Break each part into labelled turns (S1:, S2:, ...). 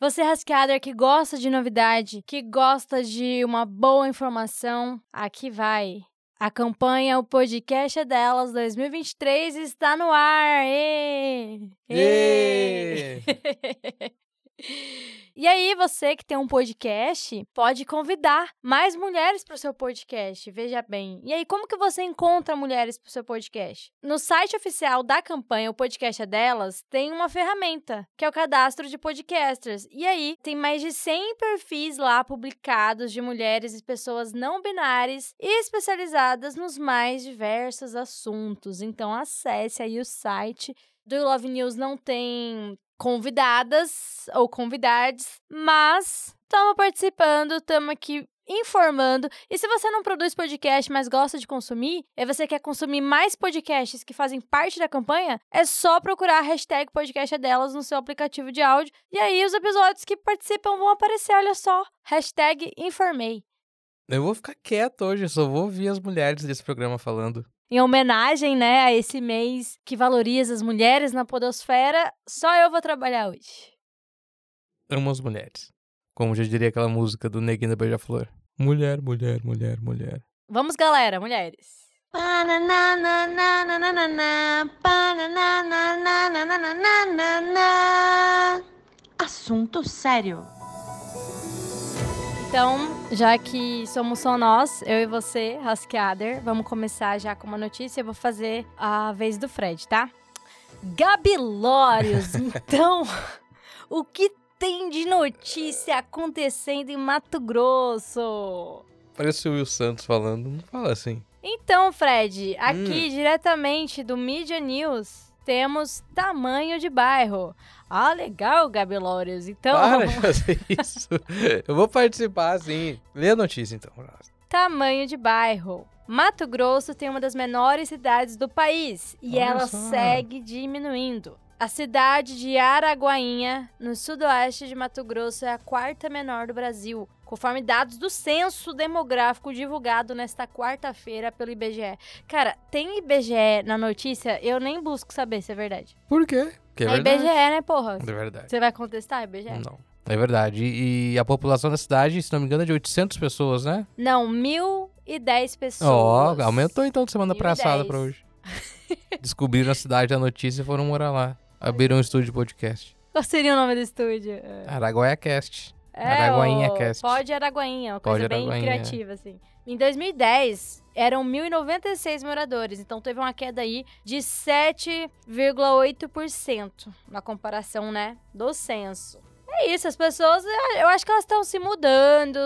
S1: Você rasqueader que gosta de novidade, que gosta de uma boa informação, aqui vai. A campanha O Podcast é Delas 2023 está no ar! Ê! Ê! E aí, você que tem um podcast, pode convidar mais mulheres para o seu podcast, veja bem. E aí, como que você encontra mulheres para o seu podcast? No site oficial da campanha O Podcast é Delas, tem uma ferramenta, que é o cadastro de podcasters. E aí, tem mais de 100 perfis lá publicados de mulheres e pessoas não binárias e especializadas nos mais diversos assuntos. Então, acesse aí o site. Do Love News não tem convidadas ou convidados, mas estamos participando, estamos aqui informando. E se você não produz podcast, mas gosta de consumir, e você quer consumir mais podcasts que fazem parte da campanha, é só procurar a hashtag podcast é delas no seu aplicativo de áudio. E aí os episódios que participam vão aparecer, olha só. Hashtag informei.
S2: Eu vou ficar quieto hoje, eu só vou ouvir as mulheres desse programa falando
S1: em homenagem, né, a esse mês que valoriza as mulheres na podosfera, só eu vou trabalhar hoje.
S2: Amo as mulheres. Como já diria aquela música do Neguinho da Beija-Flor. Mulher, mulher, mulher, mulher.
S1: Vamos, galera, mulheres.
S3: Assunto sério.
S1: Então, já que somos só nós, eu e você, Rasqueader, vamos começar já com uma notícia. Eu vou fazer a vez do Fred, tá? Gabilórios, então, o que tem de notícia acontecendo em Mato Grosso?
S2: Parece o Will Santos falando, não fala assim.
S1: Então, Fred, aqui diretamente do Media News, temos tamanho de bairro. Ah, legal, Gabilórios. Então,
S2: Para de fazer isso. Eu vou participar, sim. Lê a notícia, então.
S1: Tamanho de bairro. Mato Grosso tem uma das menores cidades do país e
S2: Olha
S1: ela
S2: só.
S1: segue diminuindo. A cidade de Araguainha, no sudoeste de Mato Grosso, é a quarta menor do Brasil, conforme dados do censo demográfico divulgado nesta quarta-feira pelo IBGE. Cara, tem IBGE na notícia? Eu nem busco saber se é verdade.
S2: Por quê? Porque é
S1: é
S2: verdade.
S1: IBGE, né, porra?
S2: É verdade.
S1: Você vai contestar IBGE?
S2: Não. É verdade. E, e a população da cidade, se não me engano, é de 800 pessoas, né?
S1: Não, 1.010 pessoas.
S2: Ó, aumentou então de semana
S1: 1010.
S2: passada pra hoje. Descobriram a cidade da notícia e foram morar lá. Abriram um estúdio de podcast.
S1: Qual seria o nome do estúdio?
S2: Araguaia Cast.
S1: É,
S2: Araguainha
S1: o
S2: Cast.
S1: Pode é Araguainha, uma coisa
S2: Pode é
S1: bem
S2: Araguainha,
S1: criativa, assim. Em 2010, eram 1.096 moradores, então teve uma queda aí de 7,8% na comparação, né, do censo. É isso, as pessoas, eu acho que elas estão se mudando,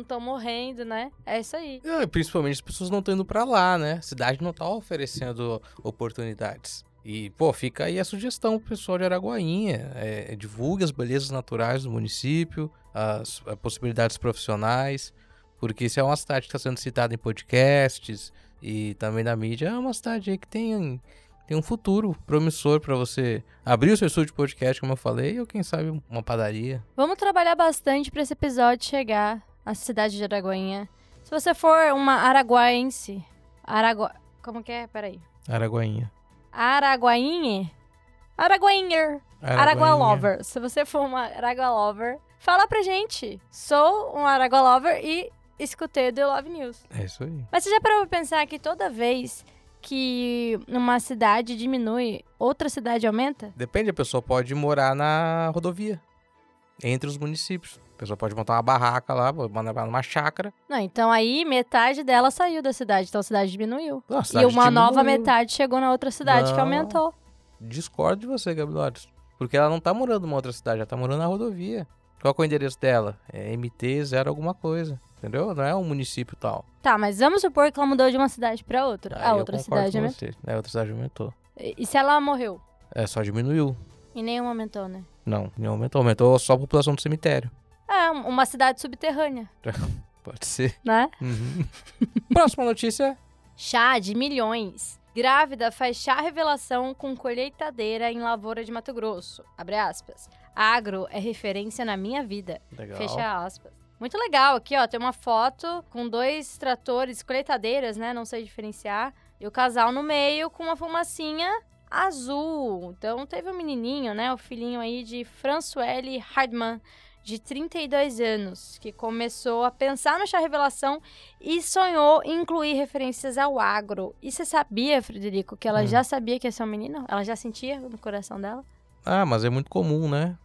S1: estão morrendo, né? É isso aí.
S2: É, principalmente as pessoas não estão indo pra lá, né? A cidade não tá oferecendo oportunidades. E, pô, fica aí a sugestão pro pessoal de Araguainha. É, divulgue as belezas naturais do município, as, as possibilidades profissionais, porque isso é uma cidade que está sendo citada em podcasts e também na mídia. É uma cidade aí que tem, tem um futuro promissor pra você abrir o seu estúdio de podcast, como eu falei, ou quem sabe uma padaria.
S1: Vamos trabalhar bastante pra esse episódio chegar à cidade de Araguainha. Se você for uma araguaense, Aragua... Como que é? Peraí.
S2: Araguainha.
S1: Araguainhe? Araguainher. Aragua lover. Se você for uma Aragua lover, fala pra gente. Sou um Aragua lover e escutei o The Love News.
S2: É isso aí.
S1: Mas você já parou pra pensar que toda vez que uma cidade diminui, outra cidade aumenta?
S2: Depende, a pessoa pode morar na rodovia, entre os municípios. A pessoa pode montar uma barraca lá, pode morar numa chácara.
S1: Não, então aí metade dela saiu da cidade, então a cidade diminuiu.
S2: Ah, a
S1: E
S2: cidade
S1: uma nova
S2: diminuiu.
S1: metade chegou na outra cidade que
S2: Não.
S1: aumentou.
S2: Discordo de você, Gabilotes. Porque ela não tá morando numa outra cidade, ela tá morando na rodovia. Qual que é o endereço dela? É MT zero alguma coisa, entendeu? Não é um município tal.
S1: Tá, mas vamos supor que ela mudou de uma cidade pra outra.
S2: Aí
S1: a
S2: Ah, eu
S1: outra
S2: concordo
S1: cidade
S2: com
S1: aumentou.
S2: você. É, A outra cidade aumentou.
S1: E e se ela morreu?
S2: É, só diminuiu.
S1: Em nenhum aumentou, né?
S2: Não, não aumentou. Aumentou só a população do cemitério.
S1: É, um- uma cidade subterrânea,
S2: Pode ser.
S1: né?
S2: Próxima notícia.
S1: Chá de milhões. Grávida faz chá revelação com colheitadeira em lavoura de Mato Grosso. Abre aspas. Agro é referência na minha vida.
S2: Legal.
S1: Fecha aspas. Muito legal aqui, ó. Tem uma foto com dois tratores, colheitadeiras, né? Não sei diferenciar. E o casal no meio com uma fumacinha azul. Então teve um menininho, né? O filhinho aí de Françoelle Hardman, de 32 anos, que começou a pensar no chá revelação e sonhou em incluir referências ao agro. E você sabia, Frederico, que ela
S2: Hum.
S1: já sabia que ia ser um menino? Ela já sentia no coração dela?
S2: Ah, mas é muito comum, né?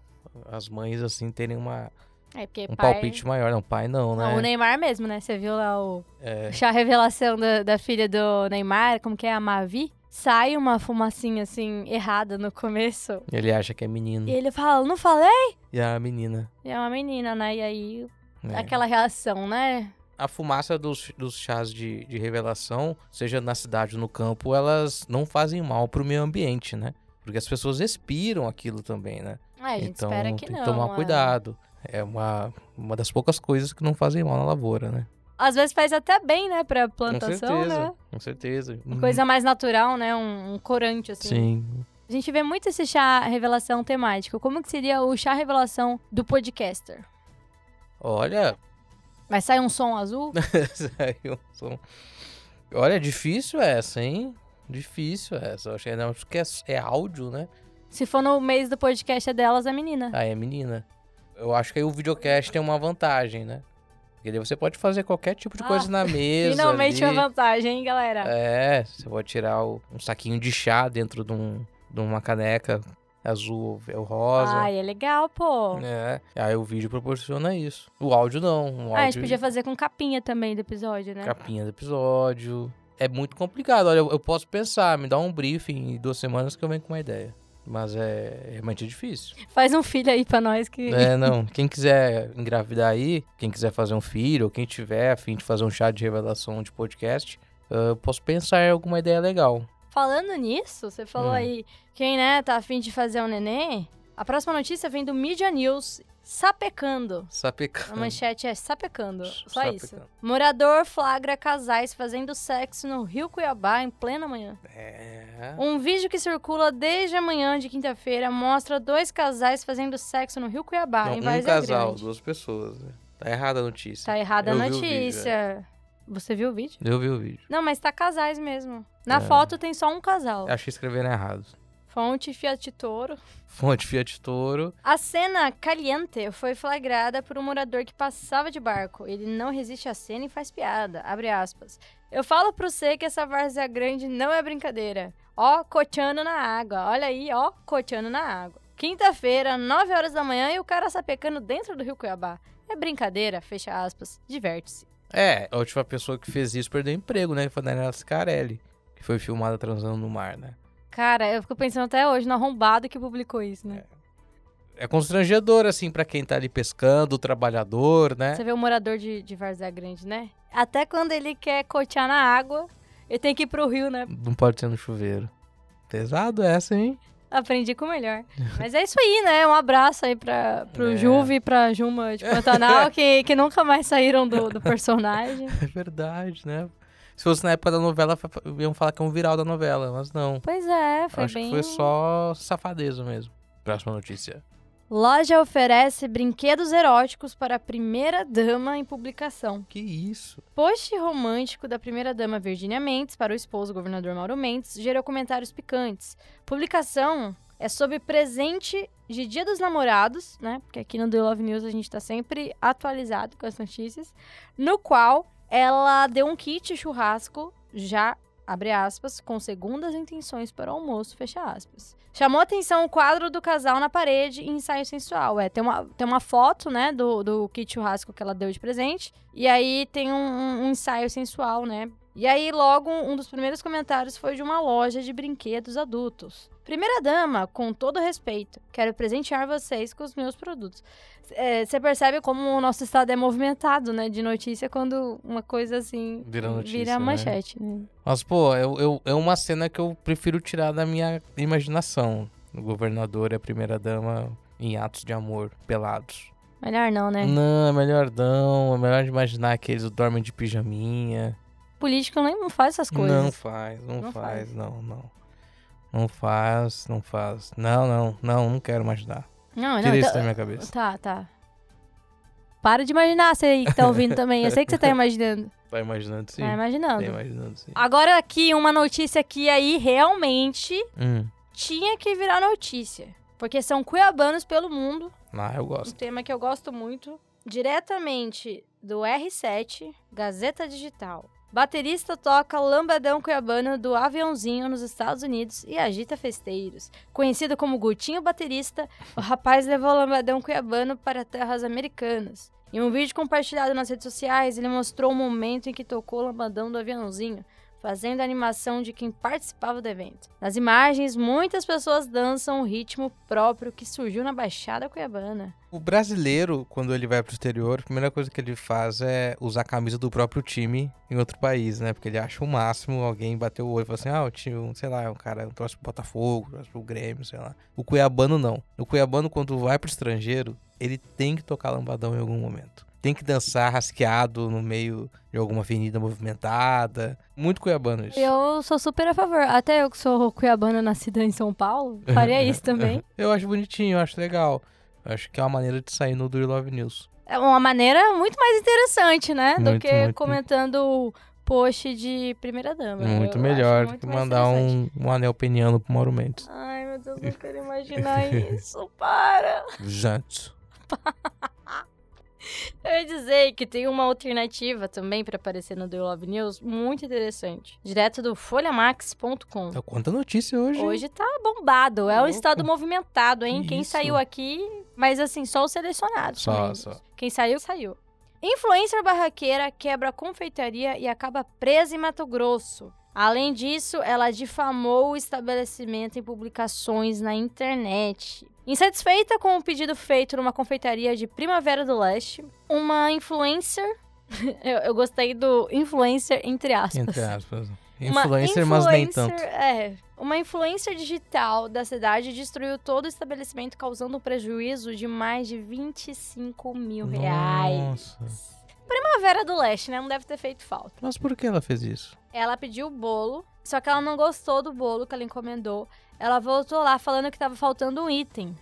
S2: As mães, assim, terem uma,
S1: É porque
S2: um
S1: pai...
S2: palpite maior. Não, pai não, né?
S1: Não, o Neymar mesmo, né? Você viu lá o
S2: É.
S1: chá revelação da, da filha do Neymar, como que é a Mavi? Sai uma fumacinha assim errada no começo.
S2: Ele acha que é menino.
S1: E ele fala, não falei?
S2: E a menina.
S1: E é uma menina, né? E aí,
S2: né?
S1: aquela reação, né?
S2: A fumaça dos, dos chás de, de revelação, seja na cidade ou no campo, elas não fazem mal pro meio ambiente, né? Porque as pessoas expiram aquilo também, né?
S1: É, a gente
S2: então
S1: espera que
S2: tem
S1: não.
S2: que tomar
S1: é.
S2: cuidado. É uma, uma das poucas coisas que não fazem mal na lavoura, né?
S1: Às vezes faz até bem, né? Pra
S2: com
S1: plantação,
S2: certeza.
S1: né?
S2: Com certeza.
S1: Uma coisa mais natural, né? Um, um corante, assim.
S2: Sim.
S1: A gente vê muito esse chá revelação temático. Como que seria o chá revelação do podcaster?
S2: Olha,
S1: Vai sair um som azul?
S2: saiu um som. Olha, é difícil essa, hein? Difícil essa. Eu achei, ainda mais porque é, é áudio, né?
S1: Se for no mês do podcast é delas, é menina.
S2: Ah, é menina. Eu acho que aí o videocast tem uma vantagem, né? Porque daí você pode fazer qualquer tipo de
S1: Ah,
S2: coisa na mesa.
S1: Finalmente
S2: ali.
S1: uma vantagem, hein, galera?
S2: É, você pode tirar o- um saquinho de chá dentro de, um- de uma caneca azul ou rosa.
S1: Ai, é legal, pô.
S2: É, aí o vídeo proporciona isso. O áudio não. O
S1: Ah, a gente
S2: um áudio
S1: podia fazer com capinha também do episódio, né?
S2: capinha do episódio. É muito complicado. Olha, eu, eu posso pensar, me dá um briefing em duas semanas que eu venho com uma ideia. Mas é realmente é difícil.
S1: Faz um filho aí pra nós que.
S2: É, não. Quem quiser engravidar aí, quem quiser fazer um filho, ou quem tiver a fim de fazer um chá de revelação de podcast, eh, eu posso pensar em alguma ideia legal.
S1: Falando nisso, você falou
S2: Hum.
S1: aí, quem, né, tá afim de fazer um neném? A próxima notícia vem do Media News sapecando. A
S2: Sapecando.
S1: manchete é sapecando. Só
S2: Sapecando.
S1: isso. Morador flagra casais fazendo sexo no Rio Cuiabá em plena manhã.
S2: É.
S1: Um vídeo que circula desde a manhã de quinta-feira mostra dois casais fazendo sexo no Rio Cuiabá,
S2: Não,
S1: em
S2: um
S1: Várzea
S2: casal,
S1: Grande.
S2: duas pessoas. né? Tá errada a notícia.
S1: Tá errada a
S2: Eu vi o vídeo, é.
S1: notícia. Você viu o vídeo?
S2: Eu vi o vídeo.
S1: Não, mas tá casais mesmo. Na
S2: É.
S1: foto tem só um casal.
S2: Achei escrevendo errado.
S1: Fonte Fiat Toro.
S2: Fonte Fiat Toro.
S1: A cena caliente foi flagrada por um morador que passava de barco. Ele não resiste à cena e faz piada. Abre aspas. Eu falo pra você que essa várzea grande não é brincadeira. Ó, coteando na água. Olha aí, ó, coteando na água. Quinta-feira, 9 horas da manhã, e o cara sapecando dentro do Rio Cuiabá. É brincadeira, fecha aspas. Diverte-se.
S2: É, a última pessoa que fez isso perdeu o emprego, né? Foi a Daniela Scarelli, que foi filmada transando no mar, né?
S1: Cara, eu fico pensando até hoje no arrombado que publicou isso, né?
S2: É constrangedor, assim, pra quem tá ali pescando, o trabalhador, né?
S1: Você vê o morador de, de Varzé Grande, né? Até quando ele quer cotear na água, ele tem que ir pro rio, né?
S2: Não pode ser no chuveiro. Pesado essa, hein?
S1: Aprendi com o melhor. Mas é isso aí, né? Um abraço aí pra, pro
S2: É.
S1: Juve e pra Juma de Pantanal, que, que nunca mais saíram do, do personagem.
S2: É verdade, né? Se fosse na época da novela, fa- iam falar que é um viral da novela, mas não.
S1: Pois é, foi
S2: Acho
S1: bem...
S2: que foi assim. só safadeza mesmo. Próxima notícia.
S1: Loja oferece brinquedos eróticos para a primeira dama em publicação.
S2: Que isso?
S1: Post romântico da primeira-dama Virginia Mendes para o esposo governador Mauro Mendes gerou comentários picantes. Publicação é sobre presente de Dia dos Namorados, né? Porque aqui no The Love News a gente está sempre atualizado com as notícias, no qual ela deu um kit churrasco já abre aspas, com segundas intenções para o almoço, fecha aspas. Chamou atenção o quadro do casal na parede e ensaio sensual. É, tem uma, tem uma foto, né, do, do kit churrasco que ela deu de presente. E aí tem um, um- um ensaio sensual, né? E aí, logo, um dos primeiros comentários foi de uma loja de brinquedos adultos. Primeira dama, com todo respeito, quero presentear vocês com os meus produtos. É, Você percebe como o nosso estado é movimentado, né? De notícia, quando uma coisa assim
S2: Vira notícia,
S1: vira
S2: né?
S1: manchete, né?
S2: Mas, pô, eu, eu- é uma cena que eu prefiro tirar da minha imaginação. O governador e a primeira-dama em atos de amor, pelados.
S1: Melhor não, né?
S2: Não, é melhor não. É melhor imaginar que eles dormem de pijaminha.
S1: Político nem não faz essas coisas.
S2: Não faz, não,
S1: Não
S2: faz,
S1: faz.
S2: não, não. Não faz, não faz. Não, não, não, não quero imaginar.
S1: Não,
S2: Tira isso
S1: então-
S2: da minha cabeça.
S1: Tá, tá. Para de imaginar você aí que tá ouvindo também. Eu sei que você tá imaginando.
S2: Tá imaginando sim?
S1: Tá
S2: Tá
S1: imaginando.
S2: imaginando sim.
S1: Agora aqui, uma notícia que aí realmente
S2: Hum.
S1: tinha que virar notícia. Porque são cuiabanos pelo mundo.
S2: Ah, eu
S1: Um
S2: gosto.
S1: tema que eu gosto muito. Diretamente do R7, Gazeta Digital. Baterista toca lambadão cuiabano do aviãozinho nos Estados Unidos e agita festeiros. Conhecido como Gutinho Baterista, o rapaz levou o lambadão cuiabano para terras americanas. Em um vídeo compartilhado nas redes sociais, ele mostrou o momento em que tocou o lambadão do aviãozinho, fazendo a animação de quem participava do evento. Nas imagens, muitas pessoas dançam um ritmo próprio que surgiu na Baixada Cuiabana.
S2: O brasileiro, quando ele vai pro exterior, a primeira coisa que ele faz é usar a camisa do próprio time em outro país, né? Porque ele acha o máximo alguém bateu o olho e fala assim: ah, o time, sei lá, um cara, um troço pro Botafogo, um troço pro Grêmio, sei lá. O cuiabano não. O cuiabano, quando vai pro estrangeiro, ele tem que tocar lambadão em algum momento. Tem que dançar rasqueado no meio de alguma avenida movimentada. Muito cuiabano isso.
S1: Eu sou super a favor. Até eu que sou cuiabana nascida em São Paulo, faria isso também.
S2: Eu acho bonitinho, eu acho legal. Eu acho que é uma maneira de sair no Do You Love News.
S1: É uma maneira muito mais interessante, né? do
S2: Muito,
S1: que
S2: muito.
S1: comentando o post de primeira dama.
S2: Muito
S1: Eu acho
S2: melhor do
S1: muito
S2: que
S1: mais
S2: mandar
S1: interessante.
S2: um, um anel peniano pro Mauro Mendes.
S1: Ai, meu Deus, não quero imaginar isso. Para!
S2: Gente.
S1: Eu ia dizer que tem uma alternativa também pra aparecer no The Love News muito interessante. Direto do folhamax.com.
S2: Então, quanta notícia hoje. hein?
S1: Hoje tá bombado. É um
S2: Louco.
S1: estado movimentado, hein?
S2: Que
S1: Quem
S2: isso.
S1: saiu aqui, mas assim, só os selecionados.
S2: Só,
S1: também.
S2: só.
S1: Quem saiu, saiu. Influencer barraqueira quebra confeitaria e acaba presa em Mato Grosso. Além disso, ela difamou o estabelecimento em publicações na internet. Insatisfeita com o pedido feito numa confeitaria de Primavera do Leste, uma influencer. eu, eu gostei do influencer entre aspas.
S2: Entre aspas.
S1: Uma
S2: Influencer, mas nem tanto.
S1: influencer- É. Uma influencer digital da cidade destruiu todo o estabelecimento, causando um prejuízo de mais de 25 mil reais.
S2: Nossa.
S1: Primavera do Leste, né? Não deve ter feito falta.
S2: Mas por que ela fez isso?
S1: Ela pediu o bolo, só que ela não gostou do bolo que ela encomendou. Ela voltou lá falando que estava faltando um item.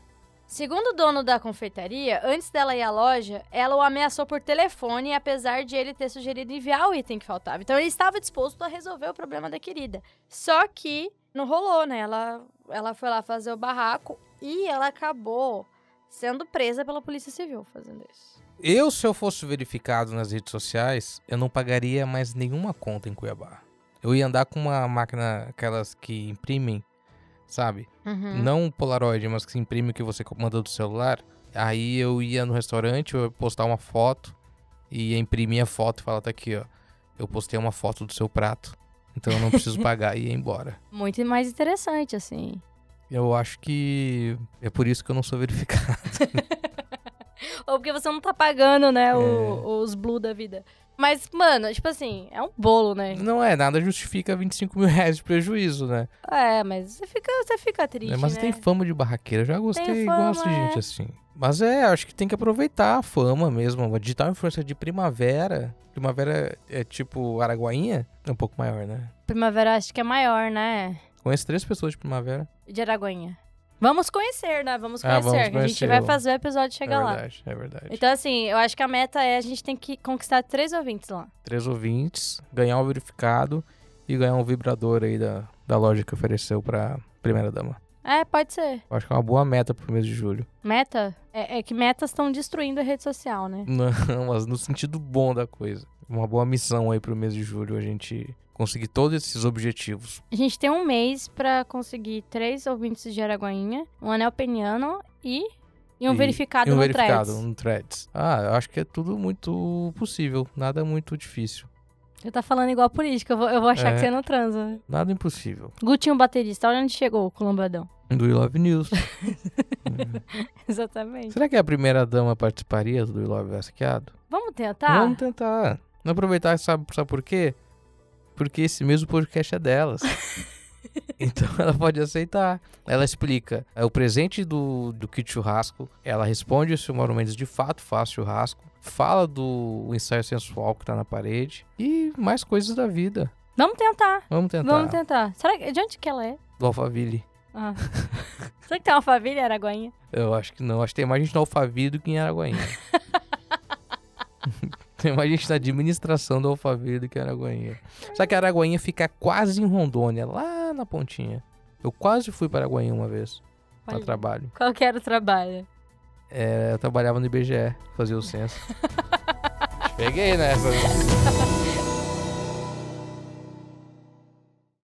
S1: Segundo o dono da confeitaria, antes dela ir à loja, ela o ameaçou por telefone, apesar de ele ter sugerido enviar o item que faltava. Então ele estava disposto a resolver o problema da querida. Só que não rolou, né? Ela, ela foi lá fazer o barraco e ela acabou sendo presa pela Polícia Civil fazendo isso.
S2: Eu, se eu fosse verificado nas redes sociais, eu não pagaria mais nenhuma conta em Cuiabá. Eu ia andar com uma máquina, aquelas que imprimem, sabe?
S1: Uhum.
S2: não um Polaroid, mas que se imprime o que você manda do celular. Aí eu ia no restaurante, eu ia postar uma foto e ia imprimir a foto e falar, tá aqui, ó. Eu postei uma foto do seu prato, então eu não preciso pagar e ia embora.
S1: Muito mais interessante, assim.
S2: Eu acho que é por isso que eu não sou verificado.
S1: Ou porque você não tá pagando, né, o-
S2: É.
S1: os blue da vida. Mas, mano, tipo assim, é um bolo, né?
S2: Não é, nada justifica 25 mil reais de prejuízo, né?
S1: É, mas você fica, você fica triste,
S2: É, Mas
S1: né?
S2: tem fama de barraqueira, eu já gostei,
S1: fama,
S2: gosto de gente
S1: é.
S2: assim. Mas é, acho que tem que aproveitar a fama mesmo. Uma digital influencer de primavera. Primavera é tipo Araguainha? É um pouco maior, né?
S1: Primavera acho que é maior, né?
S2: Conheço três pessoas de primavera.
S1: De Araguainha. Vamos conhecer, né? Vamos conhecer.
S2: Ah, vamos
S1: A gente
S2: conhecer,
S1: vai
S2: ó.
S1: fazer o episódio chegar
S2: é
S1: lá.
S2: verdade, é verdade.
S1: Então, assim, eu acho que a meta é a gente tem que conquistar três ouvintes lá.
S2: Três ouvintes, ganhar um verificado e ganhar um vibrador aí da, da loja que ofereceu pra primeira dama.
S1: É, pode ser.
S2: Eu acho que é uma boa meta pro mês de julho.
S1: Meta? É, é que metas estão destruindo a rede social, né?
S2: Não, mas no sentido bom da coisa. Uma boa missão aí pro mês de julho a gente conseguir todos esses objetivos.
S1: A gente tem um mês pra conseguir três ouvintes de Araguainha, um anel peniano e, e um
S2: E-
S1: verificado
S2: e um
S1: no
S2: verificado
S1: Threads.
S2: no Threads. Ah, eu acho que é tudo muito possível, nada muito difícil.
S1: Você tá falando igual política, eu vou, eu vou achar
S2: É.
S1: que você não transa.
S2: Nada impossível.
S1: Gutinho baterista, olha onde chegou o colombadão.
S2: Do You Love News.
S1: Exatamente.
S2: Será que é a primeira dama participaria do You Love Asqueado?
S1: Vamos tentar?
S2: Vamos tentar. Vamos aproveitar, sabe, sabe por quê? Porque esse mesmo podcast é delas. Então ela pode aceitar. Ela explica. É o presente do, do kit churrasco. Ela responde se o Mauro Mendes de fato faz churrasco. Fala do ensaio sensual que tá na parede. E mais coisas da vida.
S1: Vamos tentar.
S2: Vamos tentar.
S1: Vamos tentar. Será que, de onde que ela é?
S2: Do Alphaville.
S1: Ah. Será que tem uma família em Araguainha?
S2: Eu acho que não. Acho que tem mais gente no Alphaville do que em Araguainha. tem mais gente na administração do Alphaville do que em Araguainha. Só que Araguainha fica quase em Rondônia, lá na pontinha. Eu quase fui para Araguainha uma vez, a
S1: Olha,
S2: trabalho.
S1: Qual que era o trabalho?
S2: É, eu trabalhava no IBGE, fazia o censo. Te Peguei nessa. né?